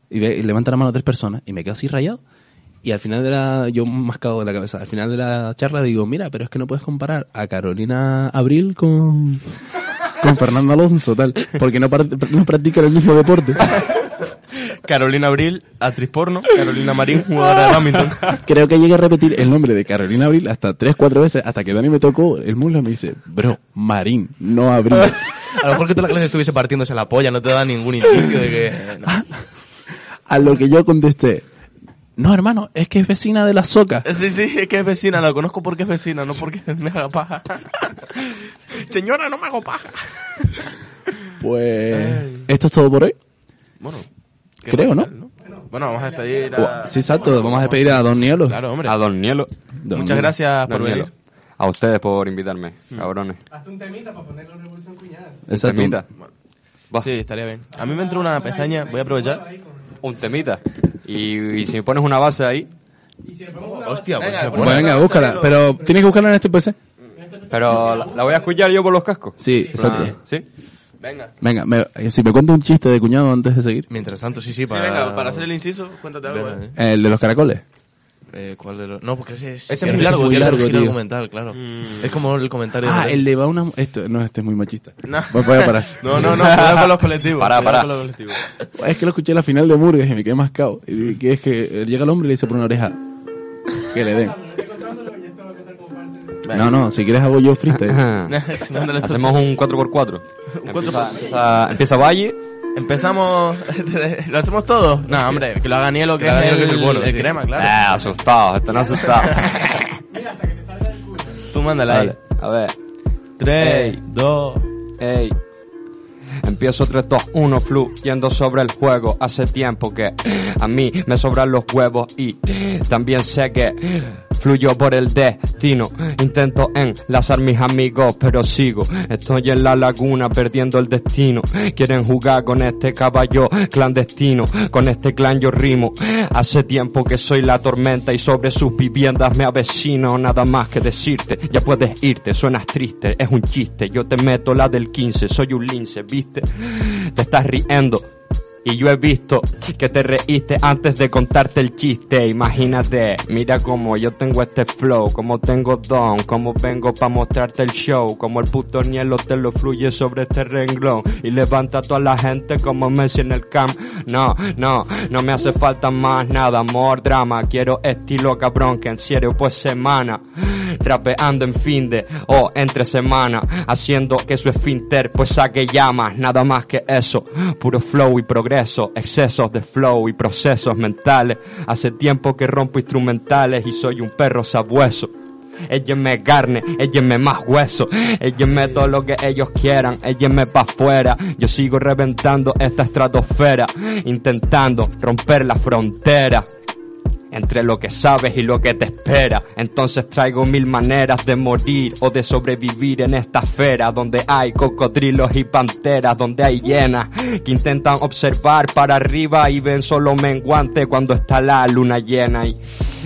[SPEAKER 4] Y, ve- y levanta la mano tres personas y me quedo así rayado. Y al final de la... Yo mascado de la cabeza. Al final de la charla digo, mira, pero es que no puedes comparar a Carolina Abril con... Con Fernando Alonso, tal. Porque no, par- no practican el mismo deporte.
[SPEAKER 5] Carolina Abril, actriz porno. Carolina Marín, jugadora de badminton.
[SPEAKER 4] Creo que llegué a repetir el nombre de Carolina Abril hasta tres, cuatro veces. Hasta que Dani me tocó el muslo y me dice, bro, Marín, no Abril.
[SPEAKER 9] A lo mejor que toda la clase estuviese partiéndose la polla, no te da ningún indicio de que... no.
[SPEAKER 4] A lo que yo contesté, no hermano, es que es vecina de la soca.
[SPEAKER 5] Sí, sí, es que es vecina, la conozco porque es vecina, no porque me haga paja. Señora, no me hago paja.
[SPEAKER 4] Pues... Esto es todo por hoy.
[SPEAKER 5] Bueno, qué
[SPEAKER 4] Creo, ¿no? Oh,
[SPEAKER 5] tal, Bueno, vamos a despedir a...
[SPEAKER 4] Sí, exacto. Vamos a despedir a Don Nielo.
[SPEAKER 5] Ah, Claro, hombre.
[SPEAKER 6] A Don Nielo.
[SPEAKER 4] Don
[SPEAKER 5] Muchas
[SPEAKER 4] Nielo.
[SPEAKER 5] gracias por
[SPEAKER 6] Don
[SPEAKER 5] venir.
[SPEAKER 6] Nielo. A ustedes por invitarme, cabrones.
[SPEAKER 4] Exacto.
[SPEAKER 6] Temita. Va.
[SPEAKER 5] Sí, estaría bien. A mí me entró una pestaña, voy a aprovechar.
[SPEAKER 6] Un temita. Y, y si me pones una base ahí,
[SPEAKER 9] Hostia, pues se
[SPEAKER 4] Bueno,
[SPEAKER 9] pone...
[SPEAKER 4] venga, búscala. Pero tienes que buscarla en este PC.
[SPEAKER 6] pero la, la voy a escuchar yo por los cascos.
[SPEAKER 4] Sí,
[SPEAKER 5] Ah.
[SPEAKER 6] En plan,
[SPEAKER 4] exacto.
[SPEAKER 6] ¿Sí?
[SPEAKER 5] Venga.
[SPEAKER 4] Venga, me- eh, si me cuenta un chiste de cuñado antes de seguir.
[SPEAKER 9] Mientras tanto, sí, sí,
[SPEAKER 5] Sí,
[SPEAKER 9] para...
[SPEAKER 5] venga, para hacer el inciso, cuéntate algo.
[SPEAKER 9] Venga,
[SPEAKER 5] eh.
[SPEAKER 9] eh.
[SPEAKER 4] El de los caracoles.
[SPEAKER 9] Eh, ¿Cuál de los...? No, porque ese es...
[SPEAKER 5] Ese es Mm. muy
[SPEAKER 9] el-
[SPEAKER 5] largo,
[SPEAKER 9] el
[SPEAKER 5] tío.
[SPEAKER 9] giro
[SPEAKER 4] tío.
[SPEAKER 9] argumental, claro. Es como el comentario
[SPEAKER 4] Ah,
[SPEAKER 9] de...
[SPEAKER 4] el de va una... Esto, no, este es muy machista.
[SPEAKER 5] No.
[SPEAKER 4] Voy, voy a parar.
[SPEAKER 5] No, no, no, cuidado con los colectivos.
[SPEAKER 6] Pará,
[SPEAKER 5] cuidado
[SPEAKER 6] pará.
[SPEAKER 5] con los colectivos.
[SPEAKER 4] Es que lo escuché en la final de Murgues y me quedé mascado. Y Que es que eh, llega el hombre y le dice por una oreja que le den. No, no, si quieres hago yo freestyle.
[SPEAKER 5] Mándale tú.
[SPEAKER 6] Hacemos un 4x4. empieza, empieza, empieza Valle.
[SPEAKER 5] Empezamos. ¿Lo hacemos todos? No, hombre, que lo haga Nielo, que,
[SPEAKER 9] lo
[SPEAKER 5] es
[SPEAKER 9] haga Nielo,
[SPEAKER 5] el,
[SPEAKER 9] que es el bueno,
[SPEAKER 5] el
[SPEAKER 9] sí.
[SPEAKER 5] crema, claro.
[SPEAKER 6] Ah, asustado, están asustados.
[SPEAKER 5] Tú mándala ahí.
[SPEAKER 6] Vale, a ver.
[SPEAKER 5] 3, 2.
[SPEAKER 6] Ey. Empiezo 3, 2, 1, fluyendo sobre el juego. Hace tiempo que a mí me sobran los huevos y también sé que Fluyo por el destino. Intento enlazar mis amigos, pero sigo. Estoy en la laguna perdiendo el destino. Quieren jugar con este caballo clandestino. Con este clan yo rimo. Hace tiempo que soy la tormenta y sobre sus viviendas me avecino. Nada más que decirte, ya puedes irte. Suenas triste, es un chiste. Yo te meto la del 15, soy un lince, viste. Te estás riendo. Y yo he visto que te reíste antes de contarte el chiste. Imagínate, mira cómo yo tengo este flow, cómo tengo don, cómo vengo pa' mostrarte el show, cómo el puto hielo te lo fluye sobre este renglón y levanta a toda la gente como Messi en el camp. No, no, no me hace falta más nada, amor, drama. Quiero estilo cabrón que en serio pues semana. Rapeando en fin de o entre semana, haciendo que su esfínter pues saque llamas, nada más que eso. Puro flow y progreso, excesos de flow y procesos mentales. Hace tiempo que rompo instrumentales y soy un perro sabueso. Échenme carne, échenme más hueso, échenme todo lo que ellos quieran, échenme pa' afuera. Yo sigo reventando esta estratosfera, intentando romper la frontera entre lo que sabes y lo que te espera. Entonces traigo mil maneras de morir o de sobrevivir en esta esfera donde hay cocodrilos y panteras, donde hay hienas que intentan observar para arriba y ven solo menguante cuando está la luna llena. Y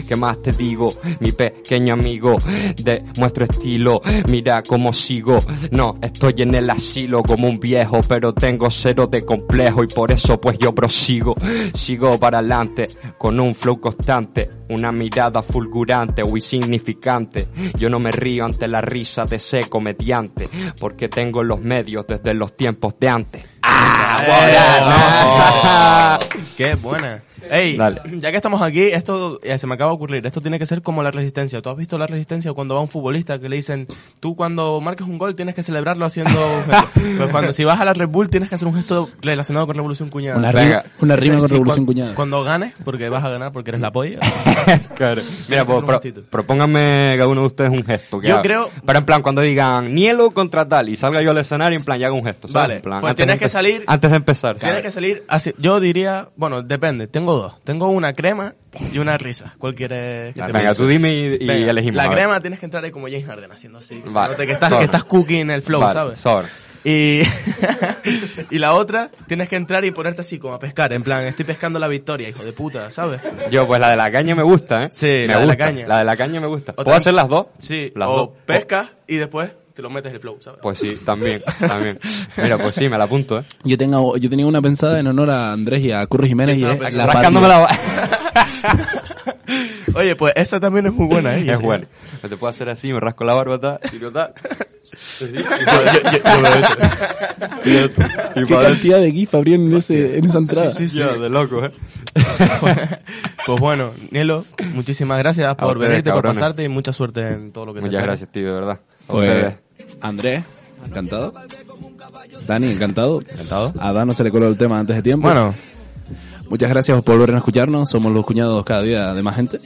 [SPEAKER 6] qué más te digo, mi pequeño amigo, de nuestro estilo, mira cómo sigo. No, estoy en el asilo como un viejo, pero tengo cero de complejo y por eso pues yo prosigo. Sigo para adelante con un flow constante, una mirada fulgurante o insignificante. Yo no me río ante la risa de ese comediante, porque tengo los medios desde los tiempos de antes.
[SPEAKER 5] ¡Ah, ¡Qué buena! Ey,
[SPEAKER 6] Dale.
[SPEAKER 5] ya que estamos aquí, esto eh, se me acaba de ocurrir. Esto tiene que ser como la resistencia. ¿Tú has visto la resistencia cuando va un futbolista que le dicen, tú cuando marques un gol tienes que celebrarlo haciendo. un gesto"? pues cuando si vas a la Red Bull tienes que hacer un gesto relacionado con Revolución Cuñada.
[SPEAKER 4] Una
[SPEAKER 5] Venga.
[SPEAKER 4] rima, una rima
[SPEAKER 5] Sí,
[SPEAKER 4] con
[SPEAKER 5] sí,
[SPEAKER 4] Revolución
[SPEAKER 5] cuan-
[SPEAKER 4] Cuñada.
[SPEAKER 5] Cuando ganes, porque vas a ganar porque eres la polla.
[SPEAKER 6] Mira, pues,
[SPEAKER 5] un
[SPEAKER 6] pro-
[SPEAKER 5] gestito.
[SPEAKER 6] propónganme cada uno de ustedes un gesto. que
[SPEAKER 5] Yo
[SPEAKER 6] haga.
[SPEAKER 5] creo-
[SPEAKER 6] Pero en plan, cuando digan Nielo contra tal y salga yo al escenario, en plan, ya haga un gesto. ¿sabes?
[SPEAKER 5] Vale,
[SPEAKER 6] En plan,
[SPEAKER 5] pues
[SPEAKER 6] antes de
[SPEAKER 5] tienes que
[SPEAKER 6] empe-
[SPEAKER 5] salir-
[SPEAKER 6] Antes de empezar.
[SPEAKER 5] Tiene que salir así. Yo diría, bueno, depende. Tengo dos. Tengo una crema y una risa. ¿Cuál quieres? que te
[SPEAKER 6] Venga,
[SPEAKER 5] pase?
[SPEAKER 6] tú dime y, y
[SPEAKER 5] Venga,
[SPEAKER 6] elegimos. a
[SPEAKER 5] La
[SPEAKER 6] ver.
[SPEAKER 5] crema tienes que entrar ahí como James Harden haciendo así. que se
[SPEAKER 6] Vale.
[SPEAKER 5] note que estás,
[SPEAKER 6] Sobre.
[SPEAKER 5] que estás cooking el flow,
[SPEAKER 6] Vale,
[SPEAKER 5] ¿sabes?
[SPEAKER 6] sobre.
[SPEAKER 5] Y, y la otra, tienes que entrar y ponerte así como a pescar. En plan, estoy pescando la victoria, hijo de puta, ¿sabes?
[SPEAKER 6] Yo, pues la de la caña me gusta, ¿eh?
[SPEAKER 5] Sí,
[SPEAKER 6] me
[SPEAKER 5] la de la
[SPEAKER 6] gusta.
[SPEAKER 5] caña.
[SPEAKER 6] La de la caña me gusta.
[SPEAKER 5] O
[SPEAKER 6] ¿Puedo
[SPEAKER 5] tam-
[SPEAKER 6] hacer las dos?
[SPEAKER 5] Sí,
[SPEAKER 6] Las
[SPEAKER 5] o
[SPEAKER 6] dos. Oh,
[SPEAKER 5] pescas y después te lo metes el flow, ¿sabes?
[SPEAKER 6] Pues sí, también, también. Mira, pues sí, me la apunto, ¿eh?
[SPEAKER 4] Yo, tengo, yo tenía una pensada en honor a Andrés y a Curro Jiménez y
[SPEAKER 5] Yo
[SPEAKER 4] es
[SPEAKER 5] estaba
[SPEAKER 4] la
[SPEAKER 6] Eh, Rascándome
[SPEAKER 4] patria.
[SPEAKER 6] la...
[SPEAKER 5] Oye, pues esa también es muy buena, ¿eh?
[SPEAKER 6] es bueno. Yo te puedo hacer así, me rasco la barba, tal, tiro tal.
[SPEAKER 4] ¿Qué cantidad de gif habrían en, ese, en esa entrada?
[SPEAKER 6] Yo, de loco, ¿eh?
[SPEAKER 5] Pues bueno, Nelo, muchísimas gracias por
[SPEAKER 6] ustedes,
[SPEAKER 5] venirte, por
[SPEAKER 6] cabrones.
[SPEAKER 5] pasarte y mucha suerte en todo lo que te
[SPEAKER 6] Muchas
[SPEAKER 5] espera.
[SPEAKER 6] gracias, tío, de verdad. A
[SPEAKER 4] Pues,
[SPEAKER 6] ustedes.
[SPEAKER 4] Andrés, encantado. Dani, encantado. A Dan no se le coló el tema antes de tiempo.
[SPEAKER 5] Bueno,
[SPEAKER 4] Muchas gracias por volver a escucharnos. Somos los cuñados cada día de más gente.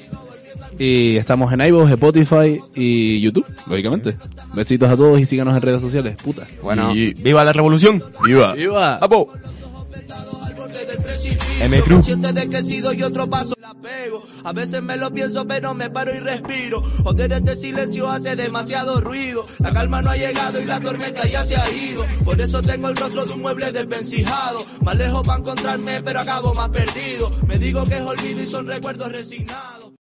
[SPEAKER 4] Y estamos en iVoox, Spotify y YouTube, lógicamente. Besitos a todos y síganos en redes sociales, puta.
[SPEAKER 6] Bueno.
[SPEAKER 4] Y-
[SPEAKER 5] viva la revolución.
[SPEAKER 4] ¡Viva! ¡Viva!
[SPEAKER 6] ¡Apo!
[SPEAKER 5] M. Cruz.
[SPEAKER 7] Consciente de que si doy otro paso la pego. A veces me lo pienso pero me paro y respiro. Joder, este silencio hace demasiado ruido. La calma no ha llegado y la tormenta ya se ha ido. Por eso tengo el rostro de un mueble desvencijado. Más lejos para encontrarme pero acabo más perdido. Me digo que es olvido y son recuerdos resignados.